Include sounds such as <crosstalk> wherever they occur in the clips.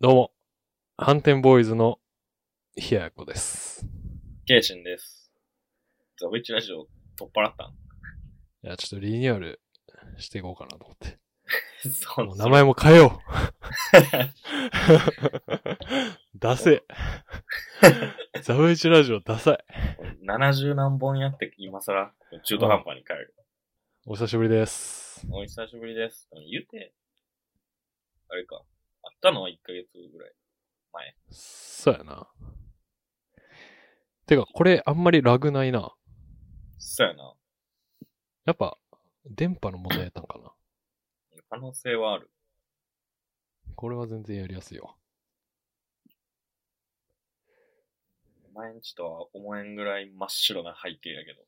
どうも、反転ボーイズのひややこです。ケイシンです。ザブイッチラジオ、取っ払ったんいや、ちょっとリニューアルしていこうかなと思って。そもう名 <laughs> 前も変えよう。 <laughs> ダセえ。ザブイチラジオダサい。 70何本やって、今更、中途半端に帰る。お久しぶりです。お久しぶりです。言うて、あれか。あったのは1ヶ月ぐらい。そうやな。てか、これあんまりラグないな。そうやな。やっぱ、電波の問題やったんかな。可能性はある。これは全然やりやすいわ。毎日とは思えんぐらい真っ白な背景やけど。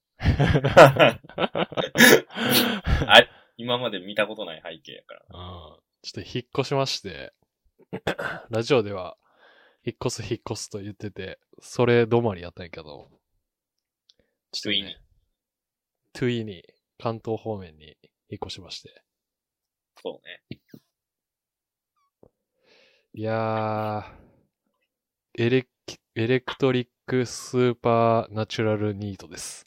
<laughs> あ今まで見たことない背景やから。うんちょっと引っ越しまして、 <coughs> ラジオでは、引っ越す引っ越すと言ってて、それ止まりやったんやけど、ちょっと、ついにね、トゥイに、関東方面に引っ越しまして。そうね。 <laughs> いやー、エレキ、エレクトリックスーパーナチュラルニート <laughs> です。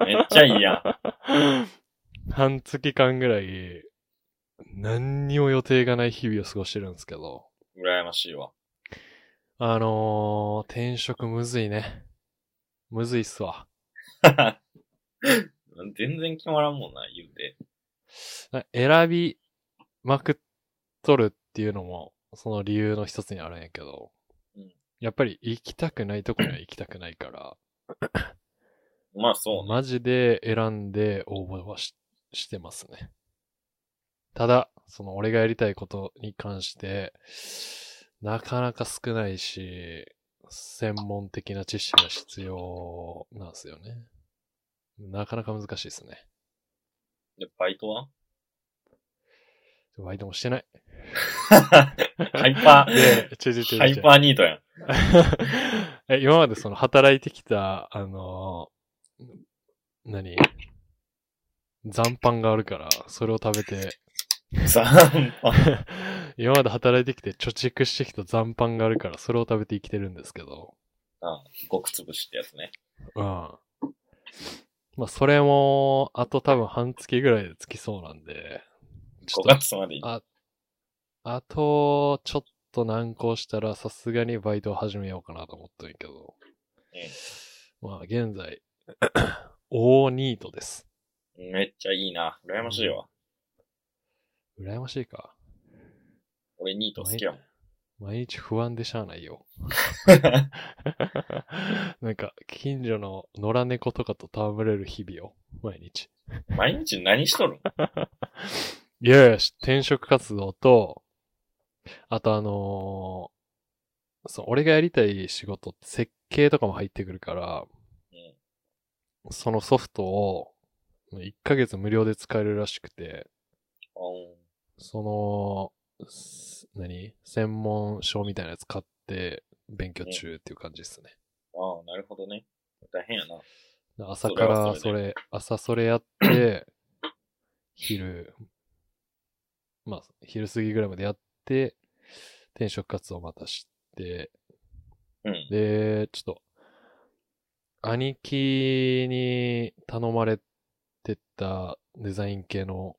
めっちゃいいやん。半月間ぐらい、何にも予定がない日々を過ごしてるんですけど、羨ましいわ。 <laughs> あのー、転職むずいね。むずいっすわ。全然決まらんもんな、言うて。な選びまくっとるっていうのも、その理由の一つにあるんやけど、うんやっぱり行きたくないとこには行きたくないから、まあそうね。マジで選んで応募はししてますね。ただ、その俺がやりたいことに関して、なかなか少ないし、専門的な知識が必要なんですよね。なかなか難しいですね。で、バイ <laughs> トはバイトもしてない。ハイパー、 <laughs> で、ちょいちょいちょハいイちょいパーニートやん。 <laughs> え今までその働いてきた、あのー何残飯があるから、それを食べて、残飯。 <laughs> 今まで働いてきて貯蓄してきた残飯があるから、それを食べて生きてるんですけど。あ、極潰しってやつね。うん。まあ、それも、あと多分半月ぐらいでつきそうなんで、ちょっ5と、月までにああと、ちょっと難航したら、さすがにバイトを始めようかなと思ってるけど。まあ、現在、 <clears throat> 大ニートです。めっちゃいいな。羨ましいわ。羨ましいか。俺ニート好きやもん。毎日不安でしゃあないよ。なんか、近所の野良猫とかと戯れる日々を、毎日。毎日何しとるんいやいや、転職活動と、あとあのーそう、俺がやりたい仕事って設計とかも入ってくるから、うんそのソフトを、1ヶ月無料で使えるらしくて、その、す何専門書みたいなやつ買って勉強中っていう感じですね。ああ、なるほどね。大変やな。朝からそそれはそれ、朝それやって、 <coughs> 昼、まあ、昼過ぎぐらいまでやって、転職活動またして、うん。で、ちょっと、兄貴に頼まれてたデザイン系の、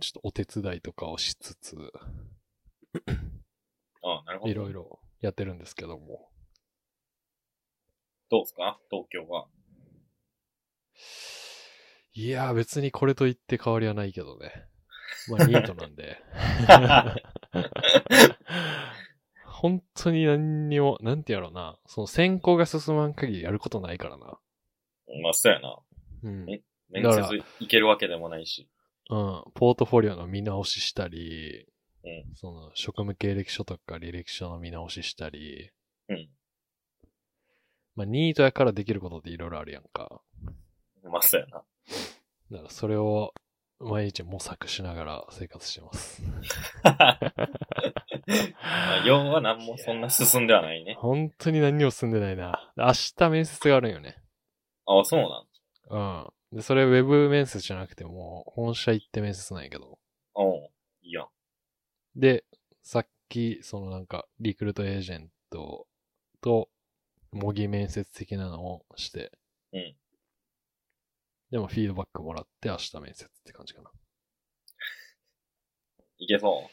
ちょっとお手伝いとかをしつつ、ああ、なるほど。いろいろやってるんですけども。どうすか東京は。いやー、別にこれと言って変わりはないけどね。まあ、ニートなん <laughs> で。本当に何にも、なんてやろうな。その選考が進まん限りやることないからな。まあ、そうやな。うん。え面だから接いけるわけでもないし。うん。ポートフォリオの見直ししたり、うんその職務経歴書とか履歴書の見直ししたり、うん。まあ、ニートやからできることっていろいろあるやんか。まあ、そうや <laughs> な。だからそれを毎日模索しながら生活してます。まあ、要は何もそんな進んではないね。本当に何にも進んでないな。明日面接があるんよね。ああ、そうなん。うん。で、それウェブ面接じゃなくても、本社行って面接なんやけど。おういいやん。で、さっき、そのなんか、リクルートエージェントと、模擬面接的なのをして、うん。でもフィードバックもらって明日面接って感じかな。いいけそ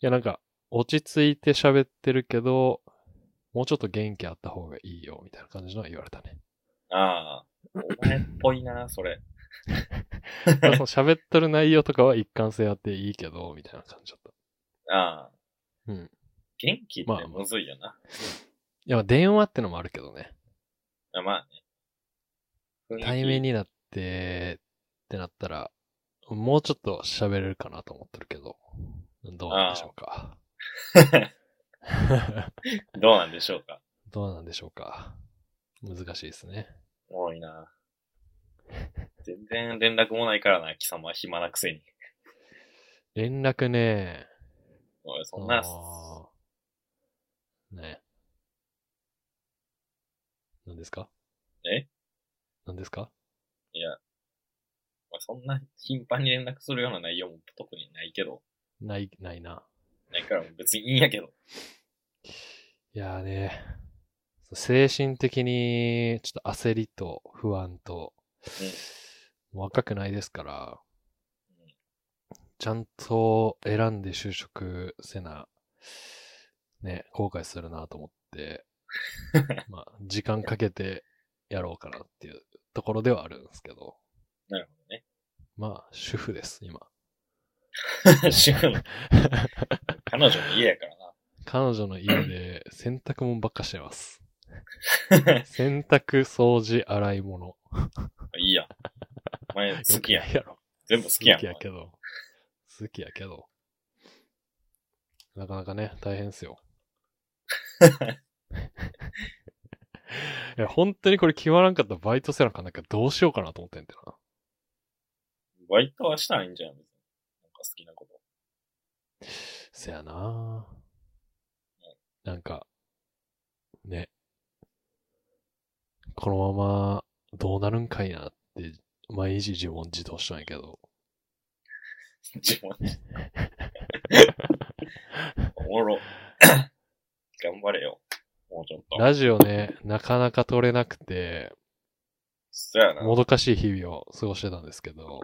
や、なんか、落ち着いて喋ってるけど、もうちょっと元気あった方がいいよ、みたいな感じのは言われたね。う。ああ。お前っぽ <laughs> いな、それ。まあその喋っとる内容とかは一貫性あっていいけど、みたいな感じだった。ああ。うん。元気ってまあまあむずいよな。いや、まあ電話ってのもあるけどね。あまあね。対面に。になって、ってなったら、もうちょっと喋れるかなと思ってるけど、どうなんでしょう <laughs> か。 <laughs> どうなんでしょうか。どうなんでしょうか。難しいですね。多いな。全然連絡もないからな、貴様は暇なくせに。連絡ね。おい、そんな、あーね。何ですかえ何ですかいや、まあ、そんな頻繁に連絡するような内容も特にないけど、ない、ないな。ないから別にいいんやけど。 <laughs> いやーね、精神的にちょっと焦りと不安と、もう若くないですからう、ちゃんと選んで就職せな、ね、後悔するなと思 <laughs> って、まあ、時間かけてやろうかなっていうところではあるんですけど、なるほどね。まあ、主婦です、今。主婦の彼女の家やからな。彼女の家で洗濯物ばっかしてます。洗濯、掃除、洗い物。 <laughs> いいや。お前好きやよく。なんいやろ。全部好きや好ん。きやけど。好きやけど。なかなかね、大変で <laughs> すよ。 <laughs> いや、本当にこれ決まらんかったらバイトせなあかんないからどうしようかなと思ってんてな。バイトはしたらいいんじゃん。別になんか好きなこと。せやななんか、ね。このままどうなるんかいなって、毎日自問自答したんやけど。自分でおもろ。頑張れよ。もうちょっと。ラジオね、なかなか撮れなくて、そうやな。もどかしい日々を過ごしてたんですけど、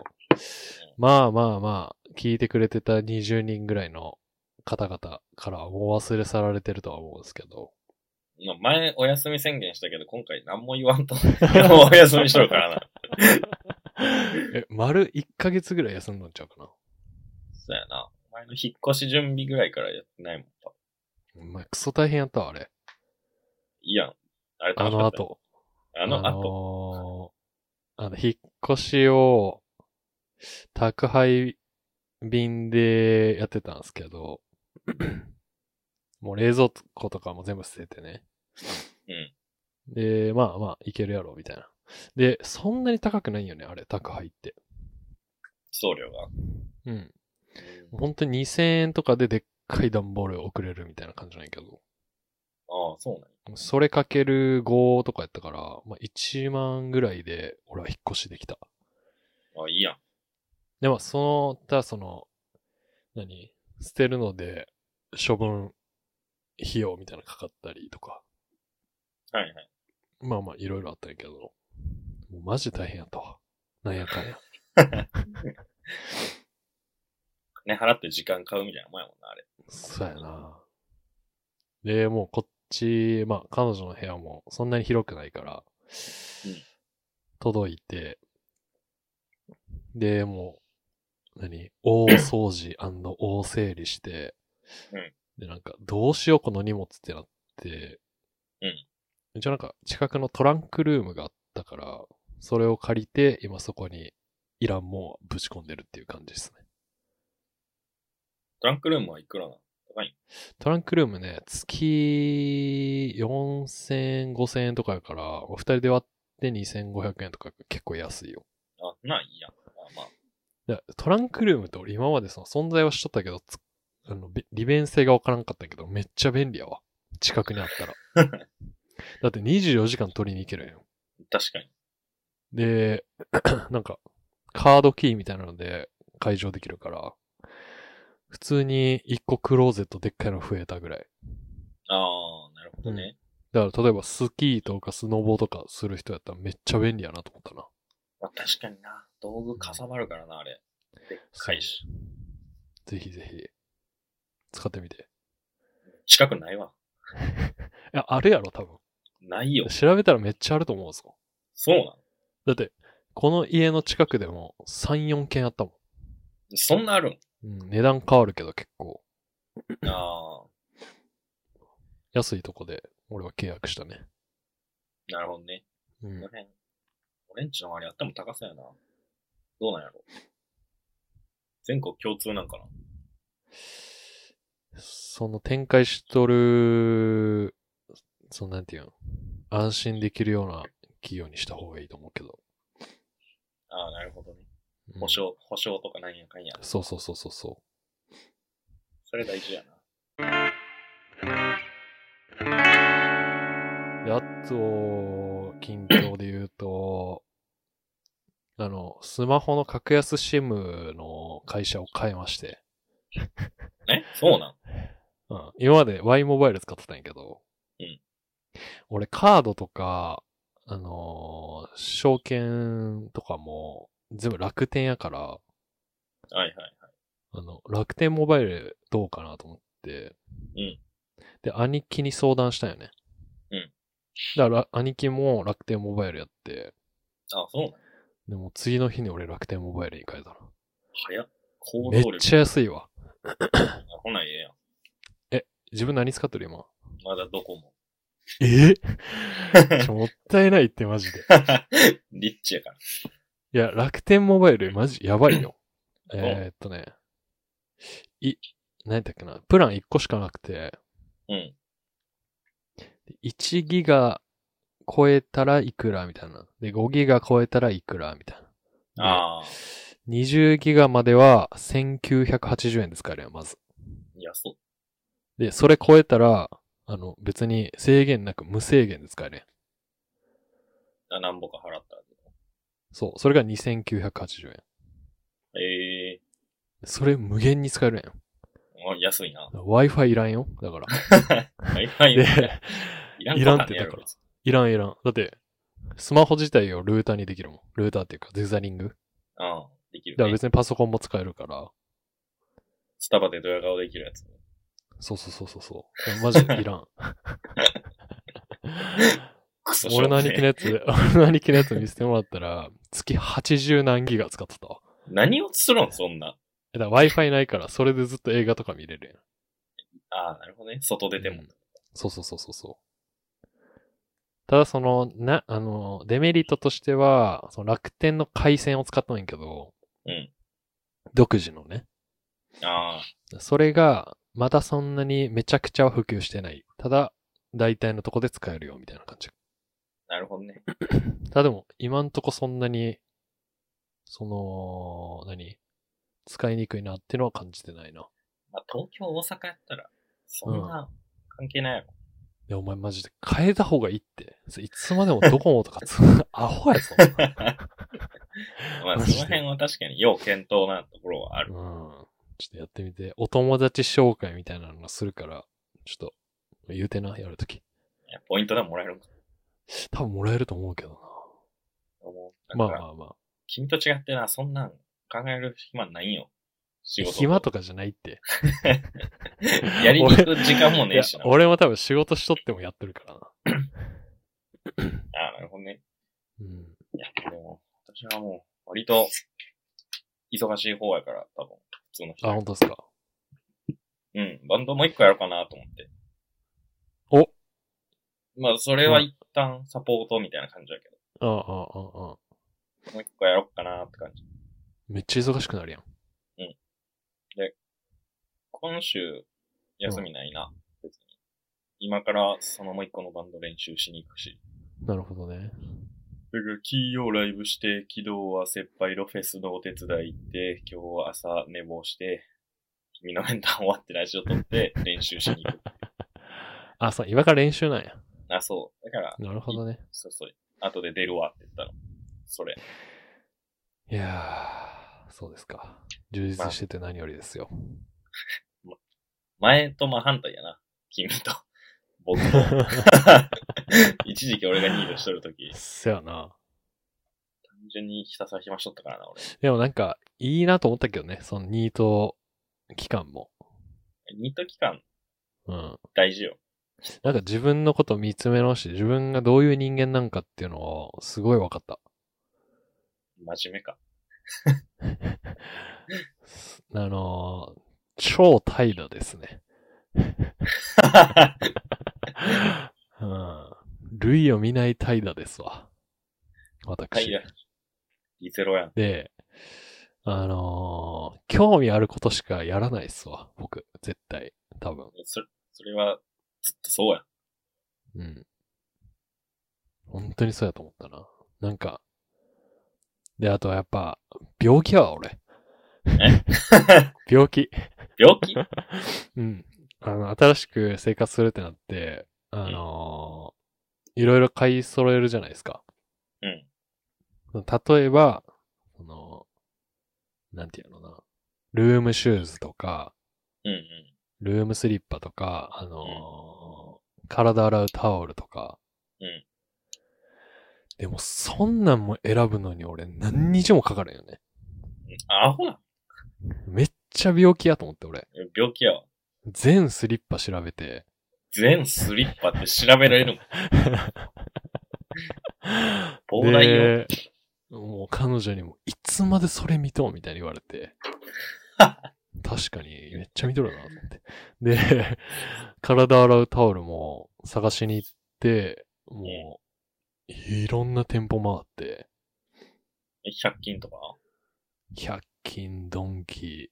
まあまあまあ、聞いてくれてた20人ぐらいの方々からはもう忘れ去られてるとは思うんですけど、まあ前お休み宣言したけど、今回何も言わんと。 <laughs> もうお休みしとるからな。え、丸1ヶ月ぐらい休んどんちゃうかそうやな。お前の引っ越し準備ぐらいからやってないもん。多分な。お前クソ大変やったわ、あれ。いいやん。あれあ楽しのかったよ。後。あの後。あの後。後。あの、引っ越しを、宅配便でやってたんですけど、 <clears throat> もう冷蔵庫とかも全部捨ててね。うん。で、まあまあ、いけるやろ、みたいな。で、そんなに高くないよね、あれ、宅配って。送料が。うん。本当に2000円とかででっかい段ボール送れるみたいな感じなんやけど。ああ、そうなんやそれかける5とかやったから、まあ1万ぐらいで俺は引っ越しできた。あいいやん。でも、その、ただその、何捨てるので、処分、費用みたいなのかかったりとか。はいはい。まあまあ、いろいろあったんやけど。もうマジで大変やったわ。なんやかんや。金払って時間買うみたいなもんやもんな、あれ。そうやな。で、もうこっち、まあ彼女の部屋もそんなに広くないから、うん届いて、で、もう、何大掃除大整理して、うんで、なんか、どうしようこの荷物ってなって、うん一応なんか、近くのトランクルームがあったから、それを借りて、今そこにいらんもんはぶち込んでるっていう感じですね。トランクルームはいくらな高いんトランクルームね、月4000円、5000円とかやから、お二人で割って2500円とか結構安いよ。あ、なんいいやん。まあまあ。いやトランクルームって俺今までその存在はしとったけど、つあのべ利便性がわからんかったけど、めっちゃ便利やわ。近くにあったら。だって24時間取りに行けるんよ。確かに。で、 <clears throat> なんか、カードキーみたいなので解錠できるから、普通に一個クローゼットでっかいの増えたぐらい。ああ、なるほどね。だから例えばスキーとかスノボとかする人やったらめっちゃ便利やなと思ったな。まあ、確かにな。道具かさばるからな、あれ。でっかいし。ぜひぜひ、使ってみて。近くないわ。いや、あるやろ、多分。ないよ。調べたらめっちゃあると思うぞ。そうなのだって、この家の近くでも3、4軒あったもそんなあるんん。うん、値段変わるけど結構。あ安いとこで俺は契約したね。あ、なるほどね。うこのん。辺、俺んちの周りあっても高さやな。どうなんやろ。全国共通なんかな。その展開しとる、そのなんていうの、安心できるような企業にした方がいいと思うけど。ああ、なるほどね。うん保証、保証とかなんやかんや。そうそうそうそうそそれ大事やな。う。で、あと、近況で言うと、あの、スマホの格安 SIM の会社を変えまして。えそうなんうん。今まで Y モバイル使ってたんやけど。うん俺、カードとか、あのー証券とかも、全部楽天やから、はいはいはい。あの、楽天モバイルどうかなと思って。うんで、兄貴に相談したんよね。うん。だから、兄貴も楽天モバイルやって、ああ、そうなんでも次の日に俺楽天モバイルに変えたな。早っ。行めっ動力。ちゃ安いわ。あほな、ええやん。自分何使ってる今。まだどこも。え <laughs> ちょ、もったいないってマジで。リッチやから。いや、楽天モバイル、マジ、やばい <coughs> よ。うんえーっとね、い、何だっけな、プラン1個しかなくて、うん。 1ギガ超えたらいくらみたいな。で、5ギガ超えたらいくらみたいな。ああ、で20ギガまでは1980円ですからね、まず。いや、そう。で、それ超えたら、あの、別に制限なく無制限ですからね。あ、なんぼか払ったけそう、それが2980円。ど。ええそれ無限に使えるやん。あ安いな。 Wi-Fi いらんよ。だから。はいはい。で、 <laughs> いらんいこらとんなっんてねやだろから。いらんいらん。だって、スマホ自体をルーターにできるもん。ルーターっていうか、ゼザリング。ああ、できる、だからね。別にパソコンも使えるから。スタバでドヤ顔できるやつ。そうそうそうそうそういや。マジでいら <laughs> ん。クソ俺の兄貴のね。やつ、 <laughs> 俺の兄貴のやつ見せてもらったら、月80何ギガ使ってたわ。何をするん、そんな。えだから Wi-Fi ないから、それでずっと映画とか見れるやん。ああ、なるほどね。外出ても。うんそうそうそうそうそう。ただその、な、あの、デメリットとしては、その楽天の回線を使ったんやけど、うん独自のね。ああ、それが、まだそんなにめちゃくちゃは普及してない。ただ、大体のとこで使えるよ、みたいな感じ。なるほどね。ただでも、今んとこそんなに、その、何使いにくいなってのは感じてないな。まあ、東京、大阪やったら、そんな関係 <laughs> ないやろ。いや、お前マジで変えた方がいいって。それいつまでもドコモとかつ、 <laughs> アホやぞ。まあ、マそジでの辺は確かに要検討なところはあうるん。。ちょっとやってみて。お友達紹介みたいなのするから、ちょっと、言うてな、やるとき。いやポイントでももらえるんか。多分もらえると思うけどな。思うまだあから、まあまあ。君と違ってな、そんなん考える暇ないよ。仕事。暇とかじゃないって。 <laughs> やりに行く時間もねえしな。いや俺も多分仕事しとってもやってるからな。ああ、なるほどね。うん。いや、でも、私はもう、割と、忙しい方やから、多分、普通の人あ、よ本当ですか。り。うん、バンドもう一個やろうかなと思って。おまあ、それは一旦サポートみたいな感じだけああ、ああ、ああ。ど、もう一個やろうかなって感じ。めっちゃ忙しくなるやん。今週、休みないな、別に。今から、そのもう一個のバンド練習しに行くし。なるほどね。すぐ金曜ライブして、昨日はセッパイロフェスのお手伝い行って、今日は朝寝坊して、君の面談終わってラジオ撮って練習しに行く。あ、そう、今から練習なんや。あ、そう。だから、なるほどね。そうそう。後で出るわって言ったの。それ。いやー、そうですか。充実してて何よりですよ。ま前と真反対やな。君と。僕と。 <laughs> 一時期俺がリードしとるとき、そやな。単純にひたすら暇しとったからな、俺。でもなんか、いいなと思ったけどね、そのニート期間も。ニート期間うん。大事よ。なんか自分のこと見つめ直して、自分がどういう人間なんかっていうのを、すごい分かった。真面目か。あのー超怠惰ですね。うん。類を見ない怠惰ですわ。は私。いや。リゼロやん。で、あのー興味あることしかやらないっすわ。僕、絶対。多分。それ、それは、ずっとそうや。うん。本当にそうやと思ったな。なんか、で、あとはやっぱ、病気やわ、俺。 <laughs> 病気。病 <laughs> 気うん。あの、新しく生活するってなって、あのーいろいろ買い揃えるじゃないですか。うん。例えば、その、なんていうのかな。ルームシューズとか、うんうん。ルームスリッパとか、あのー体洗うタオルとか。うん。でも、そんなんも選ぶのに俺何日もかかるんよね。アホな。めっちゃ病気やと思って俺。病気やわ。全スリッパ調べ <laughs> て、全スリッパって調べられるもん。膨大で、よ。もう彼女にも、いつまでそれ見とんみたいに言われて。確かに、めっちゃ見とるな、と思って。で、体洗うタオルも探しに行って、もう、いろんな店舗回って、 100均とか100均、ドンキ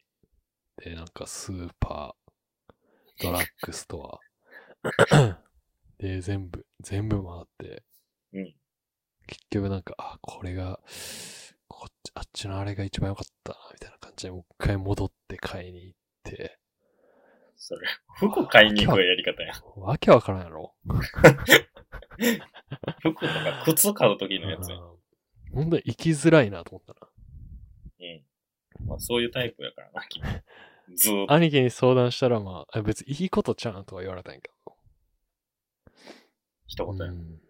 ー、で、なんかスーパー、ドラッグスト <laughs> ア、で、全部、全部回って、うん。結局なんか、あ、これが、こっち、あっちのあれが一番良かったな、みたいな感じで、もう一回戻って買いに行って、それ、服買いに行くや <laughs> り方や。わけわからんやろ。服とか靴買う時のやつや。うんほんとに生きづらいなと思ったな。うん。まあそういうタイプやからな、君。ずーっと。兄貴に相談したら、まあ、あ別にいいことちゃうんとは言われたんやけど。一言や。うん。 <laughs>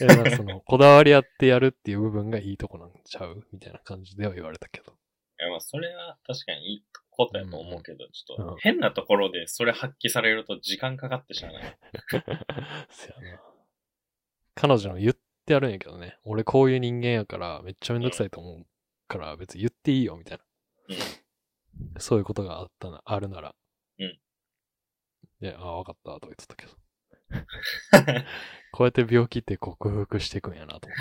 いや、まあその、こだわりあってやるっていう部分がいいとこなんちゃうみたいな感じでは言われたけど。 <laughs> いやまあそれは確かにいいことやと思うけど、ちょっうとん変なところでそれ発揮されると時間かかってしまうね。そやな。彼女の言ってやるんやけどね。俺こういう人間やから、めっちゃめんどくさいと思うから、別に言っていいよ、みたいなうん。そういうことがあったな、あるなら。うん。で、ああ、わかった、と言ってたけど。 <laughs> こうやって病気って克服していくんやな、と思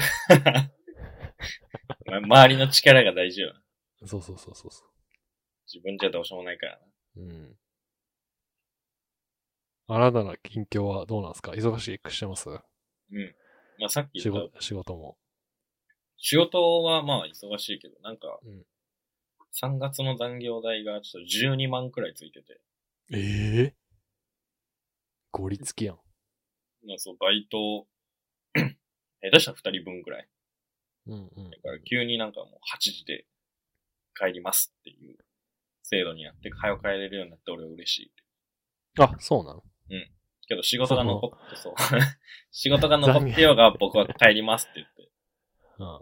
っま周りの力が大事よ。て。そうそうそうそうそ自分じゃどうしようもないからな。う。うん。あなたの近況はどうなんですか忙しくしてますうん。まあさっき仕言った事、仕事も。仕事はまあ忙しいけど、なんかうん、 3月の残業代がちょっと12万くらいついてて、ええゴリつきやん。まあそう、バイト、 <clears throat> 下手したら2人分くらい。うんうんだから急になんかもう8時で帰りますっていう制度になって、早く帰れるようになって俺は嬉しい。あ、そうなのけど仕事が残ってそう。 <laughs> 仕事が残ってようが僕は帰りますって言って、う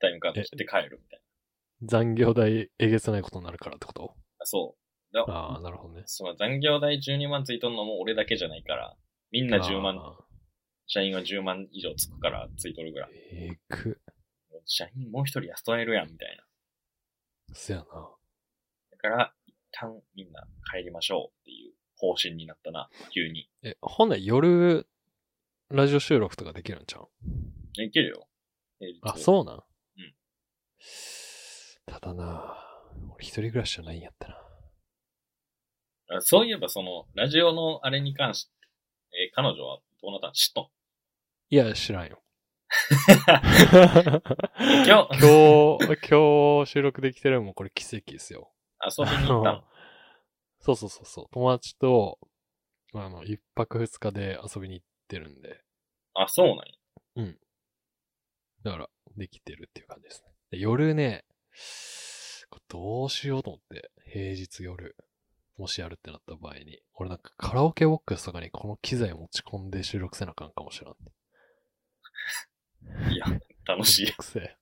タイムカード切って帰るみたいん。残業代えげつないことになるからってことな。そう。だああ、なるほどね。その残業代12万ついとんのも俺だけじゃないから、みんな10万あ社員は10万以上つくからついとるぐらいー。えぐ。社員もう一人雇えるやん、みたいな。そやな。だから、一旦みんな帰りましょうっていう方針になったな、急に。え、本来夜、ラジオ収録とかできるんちゃういけるよ。平日あ、そうなんんただな、俺一人暮らしじゃないんやったな。あそういえばその、ラジオのあれに関して、えー彼女はどうなったん知っとん <laughs> いや、知らんよ。今日 <laughs> 今日、今日収録できてるのもこれ奇跡ですよ。遊びに行ったあの <laughs> の。そうそうそうそう。友達と、あの、一泊二日で遊びに行ってるんで、あ、そうなんや。だから、できてるっていう感じですね。で夜ね、これどうしようと思って、平日夜、もしやるってなった場合に、俺なんかカラオケボックスとかにこの機材持ち込んで収録せなあかんかもしれん。いや、楽しめんいど。くせえ。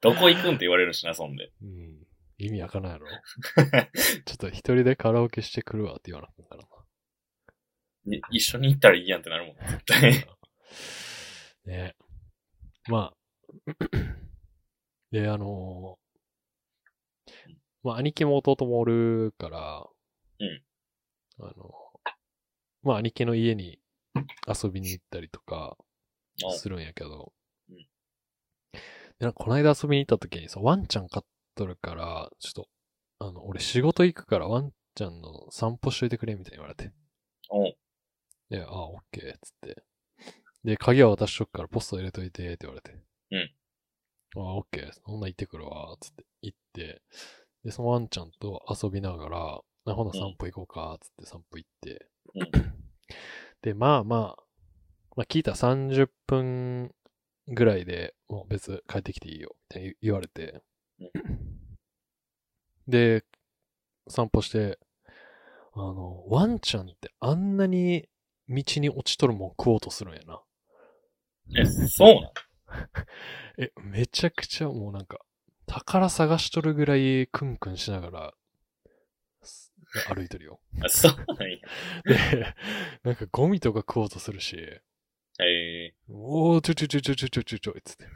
どこ行くんって言われるしな、そんで。うん。意味わかんないやろ。ちょっと一人でカラオケしてくるわって言わなくんからな。に一緒に行ったらいいやんってなるもん、絶対。 <laughs> ねまあ。で、あのーまあ、兄貴も弟もおるから、うんあのまあ、兄貴の家に遊びに行ったりとかあするんやけど、うんでなんかこの間遊びに行った時にさ、ワンちゃん飼っとるから、ちょっと、あの、俺仕事行くからワンちゃんの散歩しといてくれみたいに言われて。おうで、あ、オッケーっつって。で、鍵は渡しとくからポスト入れといてって言われて。うん。あ、オッケー、そんなん行ってくるわ、つって行って、で、そのワンちゃんと遊びながら、あほな散歩行こうか、つって散歩行って。う <clears throat> で、まあまあ、まあ聞いたら30分ぐらいでもう別帰ってきていいよ、って言言われて。で、散歩して、あの、ワンちゃんってあんなに道に落ちとるもん食おうとするんやな。え、そうなのえ、めちゃくちゃもうなんか、宝探しとるぐらいクンクンしながら、す歩いてるよ。あ、そうなんや。で、なんかゴミとか食おうとするし、えおー、ちょちょちょちょちょちょちょちょいっつって。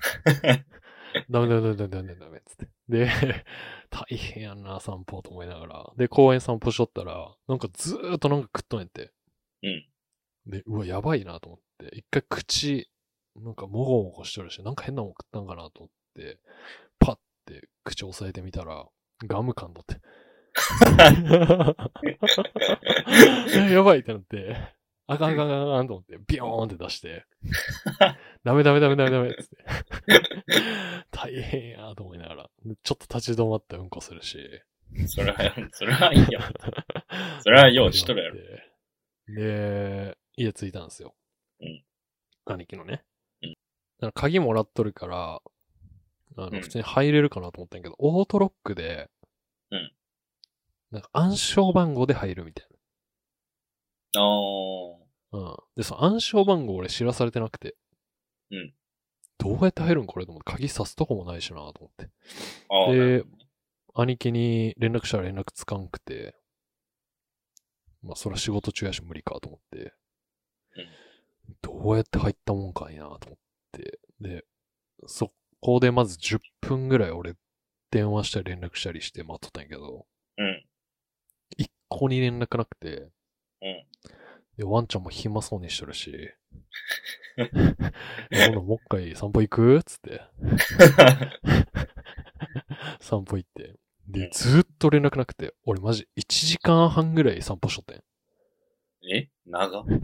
<laughs> ダメダメダメダメダメダメっつって。で、 <laughs> 大変やんな、散歩と思いながら。で、公園散歩しとったら、なんかずーっとなんか食っとんやって。うん。で、うわ、やばいなと思って。一回口、なんかもごもごしとるし、なんか変なもん食ったんかなと思って、パッて口押さえてみたら、ガム感 <laughs> とって。 <laughs> えやばいってなって、あかんあかんあかんあかんと思って、ビヨーンって出して、ダメダメダメダメダメっつって。 <laughs> 大変やと思いながら、ちょっと立ち止まってうんこするし。えそれは、それはいいやん。それはようしとるやろで、家着いたんですよ。うん兄貴のね。うんだから鍵もらっとるから、あうの、ん普通に入れるかなと思ったんやけど、オートロックで、うんなんか暗証番号で入るみたいあー。な。うん。で、その暗証番号俺知らされてなくて。うんどうやって入るんこれと思って、鍵刺すとこもないしなと思って。あー。で、兄貴に連絡したら連絡つかんくて、まあそりゃ仕事中やし無理かと思って、うんどうやって入ったもんかいなと思って、で、そこでまず10分ぐらい俺電話したり連絡したりして待っとったんやけど、うん。 <laughs> 一向に連絡なくて、うんで、ワンちゃんも暇そうにしてる <laughs> し、えほなもう一回散歩行くっつって。散歩行って。うでん、ずーっと連絡なくて、俺マジ1時間半ぐらい散歩しとってん。え長 <laughs> 長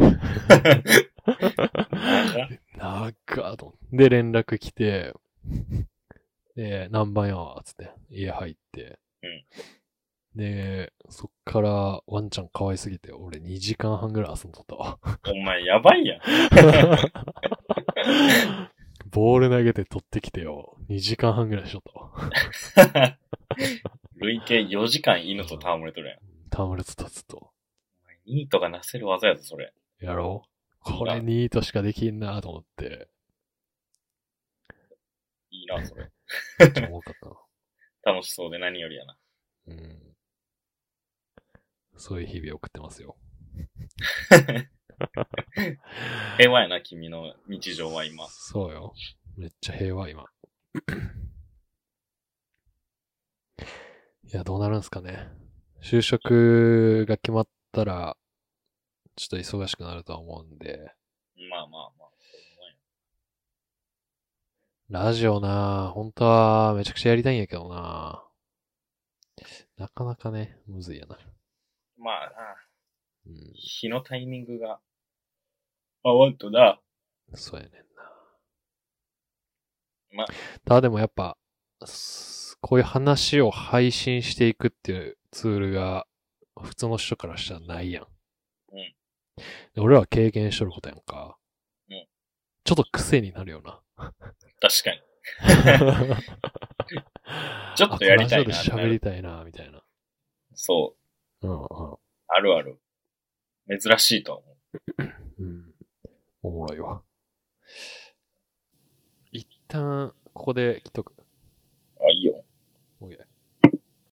なーと思って。で、連絡来て、で、何番やわ、つって、家入って。で、そっからワンちゃん可愛すぎて、俺2時間半ぐらい遊んどった <laughs> わ。お前やばいやん。 <laughs> ボール投げて取ってきてよ。2時間半ぐらいしとったわ。累計4時間犬と戯れとるやん。タムレツ立つと。ニートがなせる技やぞ、それ。やろうこれニートしかできんなと思って。 <laughs> いいな、それ。めっちゃおもろかったな。楽しそうで何よりやな。うん。そういう日々を送ってますよ。平和やな、君の日常は今。そうよ。めっちゃ平和、今。いや、どうなるんすかね。就職が決まったら、ちょっと忙しくなるとは思うんで、まあまあまあ。ラジオなぁ、本当はめちゃくちゃやりたいんやけどなぁ。なかなかね、むずいやな。まあな、うん、日のタイミングが合わんとな。そうやねんな。まただでもやっぱ、すこういう話を配信していくっていうツールが、普通の人からしたらないやん。うんで俺らは経験しとることやんか。うんちょっと癖になるよな。確かに。 <laughs> ちょっとやりたあいな。このラジオで喋りたいな、みたいな。そう。うんあるある。珍しいとは思うう。ん。うん。おもろいわ。一旦、ここで来とく。